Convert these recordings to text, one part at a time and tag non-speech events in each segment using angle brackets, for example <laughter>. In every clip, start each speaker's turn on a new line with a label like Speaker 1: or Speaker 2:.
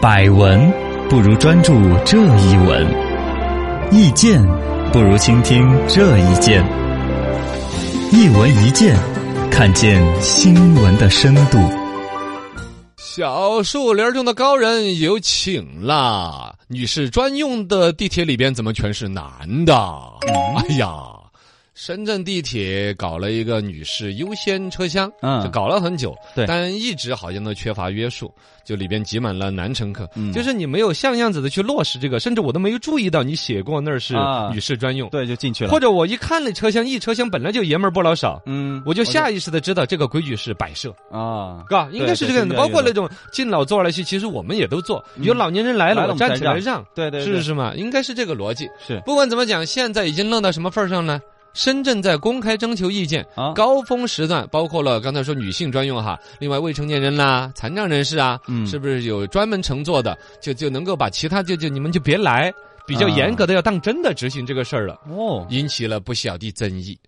Speaker 1: 百闻不如专注这一闻，意见不如倾听这一见。一闻一见，看见新闻的深度。
Speaker 2: 小树林中的高人有请啦！女士专用的地铁里边怎么全是男的？
Speaker 1: 嗯
Speaker 2: 哎呀，深圳地铁搞了一个女士优先车厢，
Speaker 1: 嗯
Speaker 2: 就搞了很久，
Speaker 1: 对
Speaker 2: 但一直好像都缺乏约束，就里边挤满了男乘客，
Speaker 1: 嗯
Speaker 2: 就是你没有像样子的去落实这个，甚至我都没有注意到你写过那儿是
Speaker 1: 啊
Speaker 2: 女士专用，
Speaker 1: 对，就进去
Speaker 2: 或。者我一看那车厢，一车厢本来就爷们儿不老少，
Speaker 1: 嗯
Speaker 2: 我就下意识的知道这个规矩是摆设。
Speaker 1: 啊，
Speaker 2: 嘎，应该是这个样子。
Speaker 1: 对对
Speaker 2: 包括那种敬老座那些，其实我们也都做。有老年人来
Speaker 1: 嗯来
Speaker 2: 了，
Speaker 1: 了
Speaker 2: 我站起来
Speaker 1: 我们再
Speaker 2: 让，
Speaker 1: 对对
Speaker 2: 是不是嘛？应该是这个逻辑。
Speaker 1: 是
Speaker 2: 不管怎么讲，现在已经弄到什么份儿上呢？深圳在公开征求意见，
Speaker 1: 啊
Speaker 2: 高峰时段包括了刚才说女性专用哈，另外未成年人啦、残障人士啊，
Speaker 1: 嗯
Speaker 2: 是不是有专门乘坐的？就就能够把其他就就你们就别来，比
Speaker 1: 啊
Speaker 2: 较严格的要当真的执行这个事儿了，
Speaker 1: 哦，
Speaker 2: 引起了不小的争议。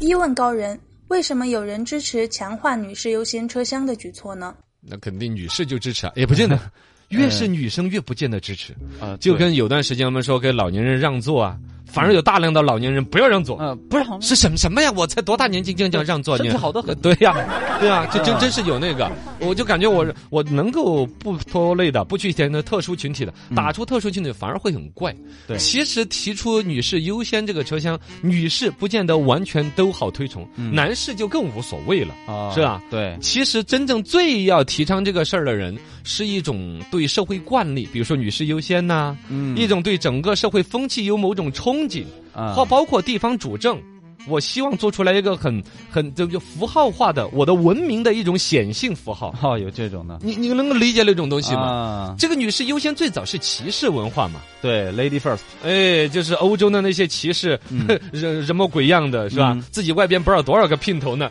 Speaker 3: 一问高人，为什么有人支持强化女士优先车厢的举措呢？
Speaker 2: 那肯定女士就支持啊，也不见得，
Speaker 1: <laughs>
Speaker 2: 越
Speaker 1: 哎
Speaker 2: 是女生越不见得支持。
Speaker 1: 啊，
Speaker 2: 就跟有段时间我们说给老年人让座啊，反而有大量的老年人不要让座，
Speaker 1: 嗯，不让
Speaker 2: 是什么什么呀？我才多大年纪就叫让座？
Speaker 1: 身体
Speaker 2: 你
Speaker 1: 好得啊很
Speaker 2: 对呀、对呀、就真真是有那个，我就感觉
Speaker 1: 嗯
Speaker 2: 我我能够不拖累的，不去填的特殊群体的，打出特殊群体反而会很怪。
Speaker 1: 嗯对
Speaker 2: 其实提出女士优先这个车厢，女士不见得完全都好推崇，
Speaker 1: 嗯
Speaker 2: 男士就更无所谓了。
Speaker 1: 啊
Speaker 2: 是啊，
Speaker 1: 对，
Speaker 2: 其实真正最要提倡这个事儿的人，是一种对社会惯例，比如说女士优先呐、
Speaker 1: 嗯
Speaker 2: 一种对整个社会风气有某种憧憬，
Speaker 1: 啊
Speaker 2: 或包括地方主政。我希望做出来一个很很就就符号化的我的文明的一种显性符号，
Speaker 1: <laughs> 哦，有这种的，
Speaker 2: 你你能够理解那种东西吗？
Speaker 1: 啊，
Speaker 2: 这个女士优先最早是骑士文化嘛，
Speaker 1: 对，Lady First，
Speaker 2: 哎，就是欧洲的那些骑士， <laughs> 人什么鬼样的是吧？
Speaker 1: 嗯
Speaker 2: 自己外边不知道多少个姘
Speaker 1: <laughs>
Speaker 2: 头呢，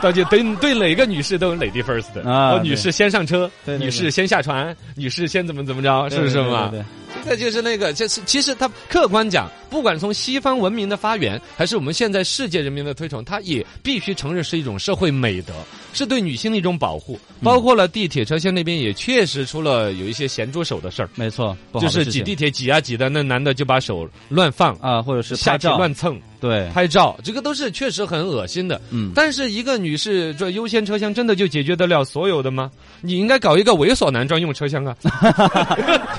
Speaker 2: 到底对对哪个女士都有 lady first
Speaker 1: 啊
Speaker 2: 哦女士先上车，
Speaker 1: 对对对
Speaker 2: 女士先下船，女士先怎么怎么着，是不是嘛？
Speaker 1: 对，对对
Speaker 2: 这就是那个，就是其实它客观讲，不管从西方文明的发源，还是我们现在世界人民的推崇，它也必须承认是一种社会美德，是对女性的一种保护。
Speaker 1: 嗯
Speaker 2: 包括了地铁车厢那边也确实出了有一些咸猪手的事儿，
Speaker 1: 没错，不好
Speaker 2: 就
Speaker 1: 的
Speaker 2: 是
Speaker 1: 事
Speaker 2: 挤
Speaker 1: 情
Speaker 2: 地铁挤啊呀挤的，那男的就把手乱放。
Speaker 1: 啊，或者是
Speaker 2: 下
Speaker 1: 拍
Speaker 2: 体
Speaker 1: 照，哎
Speaker 2: 乱蹭
Speaker 1: 对，
Speaker 2: 拍照，这个都是确实很恶心的。 <laughs>
Speaker 1: 嗯
Speaker 2: 但是一个女士这优先车厢真的就解决得了所有的吗？你应该搞一个猥琐男专用
Speaker 1: <laughs>
Speaker 2: 车厢啊！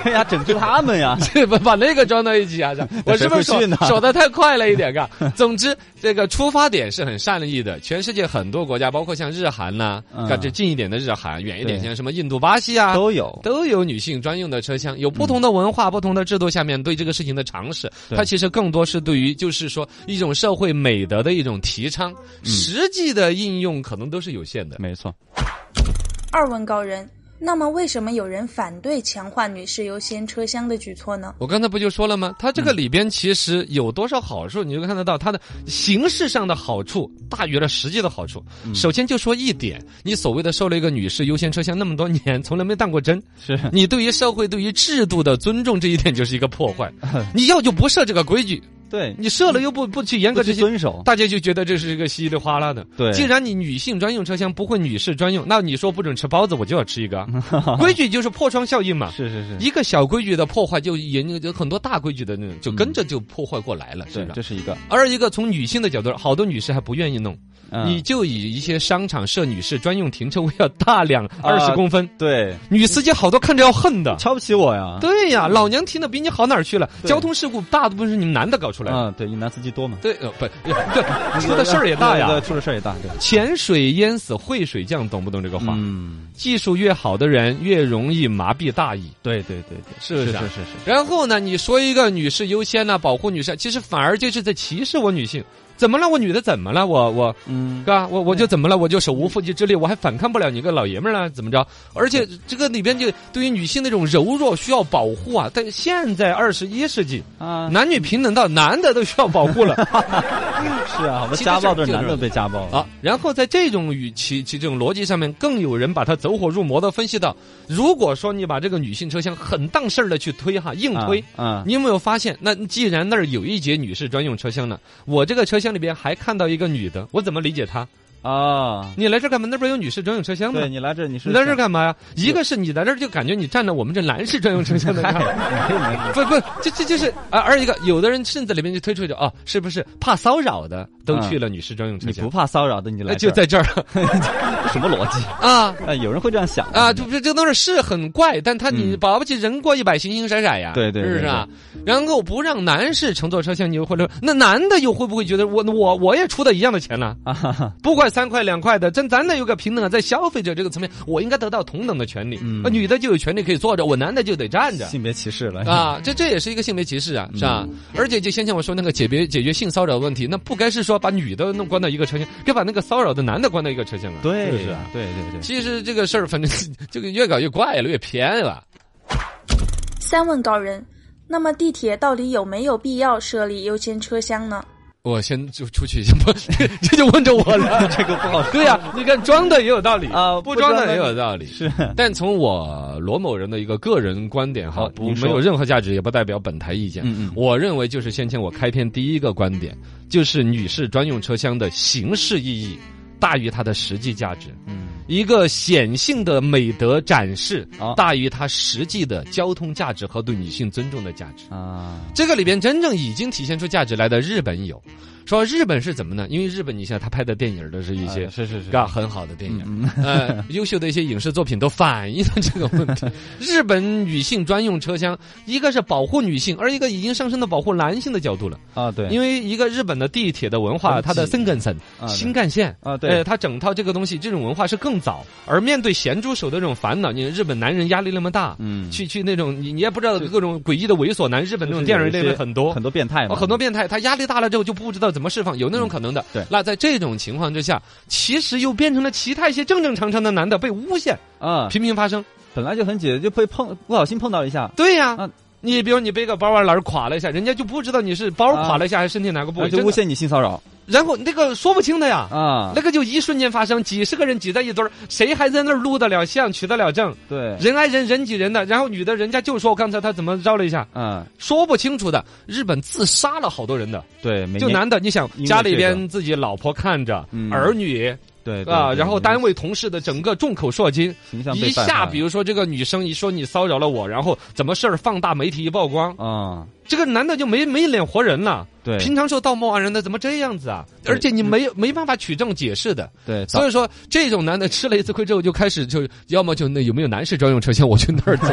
Speaker 1: 对呀，拯救他们呀，
Speaker 2: 对，把把那个装到一起
Speaker 1: <laughs>
Speaker 2: 啊！是吧我是不
Speaker 1: 谁会
Speaker 2: 是说
Speaker 1: 信呢
Speaker 2: <laughs> 说的太快了一
Speaker 1: <laughs>
Speaker 2: 点？嘎，总之这个出发点是很善意的。全世界很多国家，包括像日韩呐、
Speaker 1: 嗯
Speaker 2: 感觉近一点的日韩，远一点
Speaker 1: 对
Speaker 2: 像什么印度、巴西
Speaker 1: <laughs>
Speaker 2: 啊。
Speaker 1: 都有，
Speaker 2: 都有女性专用的车厢，有不同的文化、不同的制度下面对这个事情的尝试，
Speaker 1: 对
Speaker 2: 它其实更多是对于就是说一种社会美德的一种提倡，实际的应用可能都是有限的。
Speaker 1: 没错，
Speaker 3: 二问高人，那么为什么有人反对强化女士优先车厢的举措呢？
Speaker 2: 我刚才不就说了吗？它这个里边其实有多少好处，你就看得到它的形式上的好处大于了实际的好处。首先就说一点，你所谓的受了一个女士优先车厢那么多年，从来没当过真，
Speaker 1: 是
Speaker 2: 你对于社会、对于制度的尊重这一点就是一个破坏。你要就不设这个规矩，
Speaker 1: 对，
Speaker 2: 你设了又不不去严
Speaker 1: 嗯
Speaker 2: 格
Speaker 1: 不
Speaker 2: 执
Speaker 1: 去
Speaker 2: 行。
Speaker 1: 遵守，
Speaker 2: 大家就觉得这是一个稀里哗啦的。
Speaker 1: 对
Speaker 2: 既然你女性专用车厢不会女士专用，那你说不准吃包子，我就要吃一个啊。
Speaker 1: <laughs>
Speaker 2: 规矩就是破窗效应嘛。
Speaker 1: 是是是，
Speaker 2: 一个小规矩的破坏，就引有很多大规矩的那种，就跟着就破坏过来了，是
Speaker 1: 嗯对，
Speaker 2: 不
Speaker 1: 这
Speaker 2: 是？
Speaker 1: 是一个，
Speaker 2: 而一个从女性的角度，好多女士还不愿意弄，
Speaker 1: 嗯
Speaker 2: 你就以一些商场设女士专用停车位要大两
Speaker 1: 啊
Speaker 2: 二十公分，
Speaker 1: 对，
Speaker 2: 女司机好多看着要恨的。
Speaker 1: 瞧不起我呀，
Speaker 2: 对呀，老娘停的比你好哪儿去了？
Speaker 1: 啊对
Speaker 2: 交通事故大部分是你们男的搞出来的。
Speaker 1: 啊，对，你男司机多嘛，
Speaker 2: 对，呃，不， <laughs> 对，出的事儿也大
Speaker 1: 对，
Speaker 2: 呀。
Speaker 1: 对出的事儿也大，对，
Speaker 2: 潜水淹死会水匠，懂不懂这个话？
Speaker 1: 嗯，
Speaker 2: 技术越好的人越容易麻痹大意。
Speaker 1: 对对对对，
Speaker 2: 是不是
Speaker 1: 是
Speaker 2: 啊
Speaker 1: 是是是，
Speaker 2: 然后呢，你说一个女士优先呢、保护女士，其实反而就是在歧视我女性。怎么了？我女的怎么了？我我，
Speaker 1: 嗯，
Speaker 2: 嘎，我我就怎么了？我就手无缚鸡之力，我还反抗不了你个老爷们儿了？怎么着？而且这个里边就对于女性那种柔弱需要保护啊，但现在二十一世纪，
Speaker 1: 啊，
Speaker 2: 男女平等到男的都需要保护了
Speaker 1: 是啊，好多
Speaker 2: 其实
Speaker 1: 家暴
Speaker 2: 就
Speaker 1: 都
Speaker 2: 是
Speaker 1: 是男的被家暴了
Speaker 2: 啊。然后在这种语其其这种逻辑上面，更有人把它走火入魔的分析到，如果说你把这个女性车厢很当事儿的去推哈，硬推。
Speaker 1: 啊，
Speaker 2: 你有没有发现？那既然那儿有一节女士专用车厢呢，我这个车厢里边还看到一个女的，我怎么理解她？
Speaker 4: 啊，
Speaker 2: 你来这儿干嘛？那边有女士专用车厢
Speaker 4: 对
Speaker 2: 呢。
Speaker 4: 你来这你
Speaker 2: 嗯
Speaker 4: 是
Speaker 2: 你来这儿干嘛呀？一个是你来这儿就感觉你占了我们这男士专用车厢的
Speaker 4: 嗨
Speaker 2: 位置。
Speaker 4: <laughs> 没没
Speaker 2: 不不，这这就是啊。而一个，有的人甚至里面就推出一种哦，是不是怕骚扰的都去了女士专用车
Speaker 4: 啊你不
Speaker 2: 厢？
Speaker 4: 怕骚扰的，你来
Speaker 2: 那哎就
Speaker 4: 这
Speaker 2: 在这儿
Speaker 4: 儿什么逻辑
Speaker 2: 啊
Speaker 4: <laughs> 啊？有人会这样想
Speaker 2: 啊！这不是这东西是很怪，但他你
Speaker 4: 嗯
Speaker 2: 保不齐人过一百，形形色色呀，
Speaker 4: 对对对
Speaker 2: 是不是啊？然后不让男士乘坐车厢，你又会说那男的又会不会觉得我我我也出的一样的钱
Speaker 4: <laughs>
Speaker 2: 呢？
Speaker 4: 啊哈哈，
Speaker 2: 不管三块两块的，真咱俩有个平等啊，在消费者这个层面，我应该得到同等的权利。
Speaker 4: 嗯
Speaker 2: 啊女的就有权利可以坐着，我男的就得站着。
Speaker 4: 性别歧视了，
Speaker 2: 啊，这这也是一个性别歧视
Speaker 4: 嗯
Speaker 2: 啊，是吧？而且就先前我说那个解决解决性骚扰问题，那不该是说把女的弄关到一个车厢，该把那个骚扰的男的关到一个车厢啊？是
Speaker 4: 对
Speaker 2: 不是啊？
Speaker 4: 对对对，
Speaker 2: 其实这个事儿，反正 <laughs> 这个越搞越怪了，越偏了。
Speaker 3: 三问高人，那么地铁到底有没有必要设立优先车厢呢？
Speaker 2: 我先就出去，先不，这就问着 <laughs> 我了。
Speaker 4: 这个不好说
Speaker 2: <laughs> 对呀、你看装的也有道理
Speaker 4: 啊
Speaker 2: 不
Speaker 4: 不
Speaker 2: 装
Speaker 4: 装
Speaker 2: 的
Speaker 4: 的
Speaker 2: 也有道理。
Speaker 4: 是
Speaker 2: 但从我罗某人的一个个人观点哈
Speaker 4: 好，
Speaker 2: 不
Speaker 4: 您
Speaker 2: 没
Speaker 4: 说
Speaker 2: 有任何价值，也不代表本台意见。
Speaker 4: 嗯嗯
Speaker 2: 我认为就是先前我开篇第一个观点，就是女士专用车厢的形式意义大于它的实际价值，
Speaker 4: 嗯
Speaker 2: 一个显性的美德展示
Speaker 4: 好
Speaker 2: 大于它实际的交通价值和对女性尊重的价值。
Speaker 4: 啊
Speaker 2: 这个里边真正已经体现出价值来的日本有，说日本是怎么呢？因为日本你像他拍的电影儿都是一些
Speaker 4: 啊是是是
Speaker 2: 啊很好的电影，
Speaker 4: 嗯
Speaker 2: 呃，优秀的一些影视作品都反映了这个问
Speaker 4: <laughs>
Speaker 2: 题。日本女性专用车厢，一个是保护女性，而一个已经上升到保护男性的角度了。
Speaker 4: 啊对，
Speaker 2: 因
Speaker 4: 为
Speaker 2: 为一个日本的地铁的文
Speaker 4: 很
Speaker 2: 化，
Speaker 4: 挤
Speaker 2: 它的 Sengensen
Speaker 4: 啊对
Speaker 2: 新干线
Speaker 4: 啊对
Speaker 2: 呃它整套这个东西，这种文化是更早。而面对咸猪手的这种烦恼，你看日本男人压力那么大，
Speaker 4: 嗯
Speaker 2: 去去那种你你也不知道各种诡异的猥琐男，日本那种电影类的很多
Speaker 4: 很。多变态
Speaker 2: 哦，
Speaker 4: 嘛，
Speaker 2: 很多变态，他压力大了之后就不知道怎么释放，有那种可能的。
Speaker 4: 对
Speaker 2: 那在这种情况之下，其实又变成了其他一些正正常常的男的被诬陷，
Speaker 4: 啊，
Speaker 2: 频频发生。
Speaker 4: 本来就很挤，就被碰不小心碰到一下，
Speaker 2: 对呀、
Speaker 4: 啊
Speaker 2: 你比如你背个包啊，哪儿垮了一下，人家就不知道你是包垮了一下、还是身体哪个部位，
Speaker 4: 然后啊就
Speaker 2: 真的
Speaker 4: 诬陷你性骚扰
Speaker 2: 然后那个说不清的呀。
Speaker 4: 啊
Speaker 2: 那，个就一瞬间发生，几十个人挤在一堆儿，谁还在那儿录得了像、取得了证？
Speaker 4: 对，
Speaker 2: 人挨人，人挤人的。然后女的，人家就说刚才她怎么绕了一下，
Speaker 4: 嗯
Speaker 2: 说不清楚的。日本自杀了好多人的，
Speaker 4: 对，每
Speaker 2: 就
Speaker 4: 年
Speaker 2: 男的，你想
Speaker 4: 因为
Speaker 2: 家里
Speaker 4: 这
Speaker 2: 边自己老婆看着，
Speaker 4: 嗯
Speaker 2: 儿女
Speaker 4: 对对
Speaker 2: 啊，
Speaker 4: 对
Speaker 2: 然后
Speaker 4: 对
Speaker 2: 单位同事的整个众口铄金，
Speaker 4: 形象被
Speaker 2: 一
Speaker 4: 败
Speaker 2: 下
Speaker 4: 坏
Speaker 2: 比如说这个女生一说你骚扰了我，然后怎么事儿放大媒体一曝光，
Speaker 4: 啊，
Speaker 2: 这个男的就没没脸活人了。
Speaker 4: 对
Speaker 2: 平常时候道貌岸然的，怎么这样子啊？
Speaker 4: 对嗯
Speaker 2: 而且你没没办法取证解释的，
Speaker 4: 对，早
Speaker 2: 所以说这种男的吃了一次亏之后，就开始就要么就那有没有男士专用车厢，我去那儿
Speaker 4: <laughs>
Speaker 2: 坐，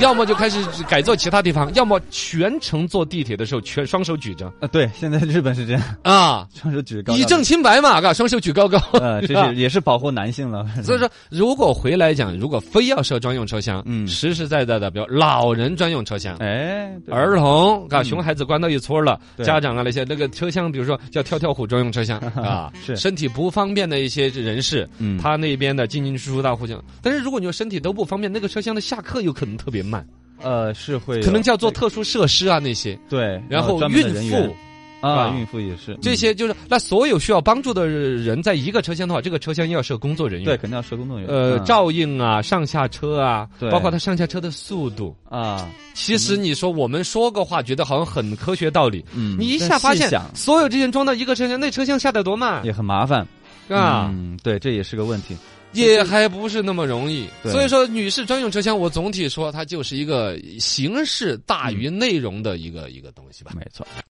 Speaker 2: 要么就开始改坐其他地方，要么全程坐地铁的时候全双手举着
Speaker 4: 啊对，现在日本是这样，
Speaker 2: 啊，
Speaker 4: 双手举高
Speaker 2: 以
Speaker 4: 高
Speaker 2: 证清白嘛，嘎，啊双手举高高， <laughs>
Speaker 4: 呃，这是
Speaker 2: 吧
Speaker 4: 也是保护男性了。
Speaker 2: 所以说，如果回来讲，如果非要设专用车厢，
Speaker 4: 嗯
Speaker 2: 实实在在的，比如老人专用车厢。
Speaker 4: <laughs> 哎，对嗯
Speaker 2: 儿童啊，熊孩子关到一撮儿了，
Speaker 4: 对
Speaker 2: 家长啊那些那个车厢，比如说叫跳跳虎专用车
Speaker 4: <laughs>
Speaker 2: 厢啊，
Speaker 4: 是
Speaker 2: 身体不方便的一些人士，
Speaker 4: 嗯
Speaker 2: 他那边的进进出出大户型。但是如果你说身体都不方便，那个车厢的下课有可能特别慢，
Speaker 4: 呃是会有
Speaker 2: 可能叫做特殊设施啊那些，
Speaker 4: 对，
Speaker 2: 然后
Speaker 4: 专门的
Speaker 2: 孕
Speaker 4: 人
Speaker 2: 妇
Speaker 4: 员嗯啊，
Speaker 2: 啊
Speaker 4: 孕妇也是
Speaker 2: 这些就是那所有需要帮助的人在一个车厢的话，这个车厢要设工作人
Speaker 4: 嗯
Speaker 2: 员，
Speaker 4: 对，肯定要设工作人员
Speaker 2: 呃，
Speaker 4: 嗯
Speaker 2: 照应啊，上下车啊，
Speaker 4: 对
Speaker 2: 包括他上下车的速度。
Speaker 4: 啊，
Speaker 2: 其实你说我们说个话，觉得好像很科学道理，
Speaker 4: 嗯
Speaker 2: 你一下发
Speaker 4: 但
Speaker 2: 现
Speaker 4: 细想
Speaker 2: 所有这些人装到一个车厢，那车厢下得多慢
Speaker 4: 也很麻烦
Speaker 2: 啊，
Speaker 4: 嗯，对，这也是个问题。
Speaker 2: 也还不是那么容易。
Speaker 4: 对
Speaker 2: 所以说，女士专用车厢，我总体说它就是一个形式大于内容的一个一个东西吧。
Speaker 4: 没错。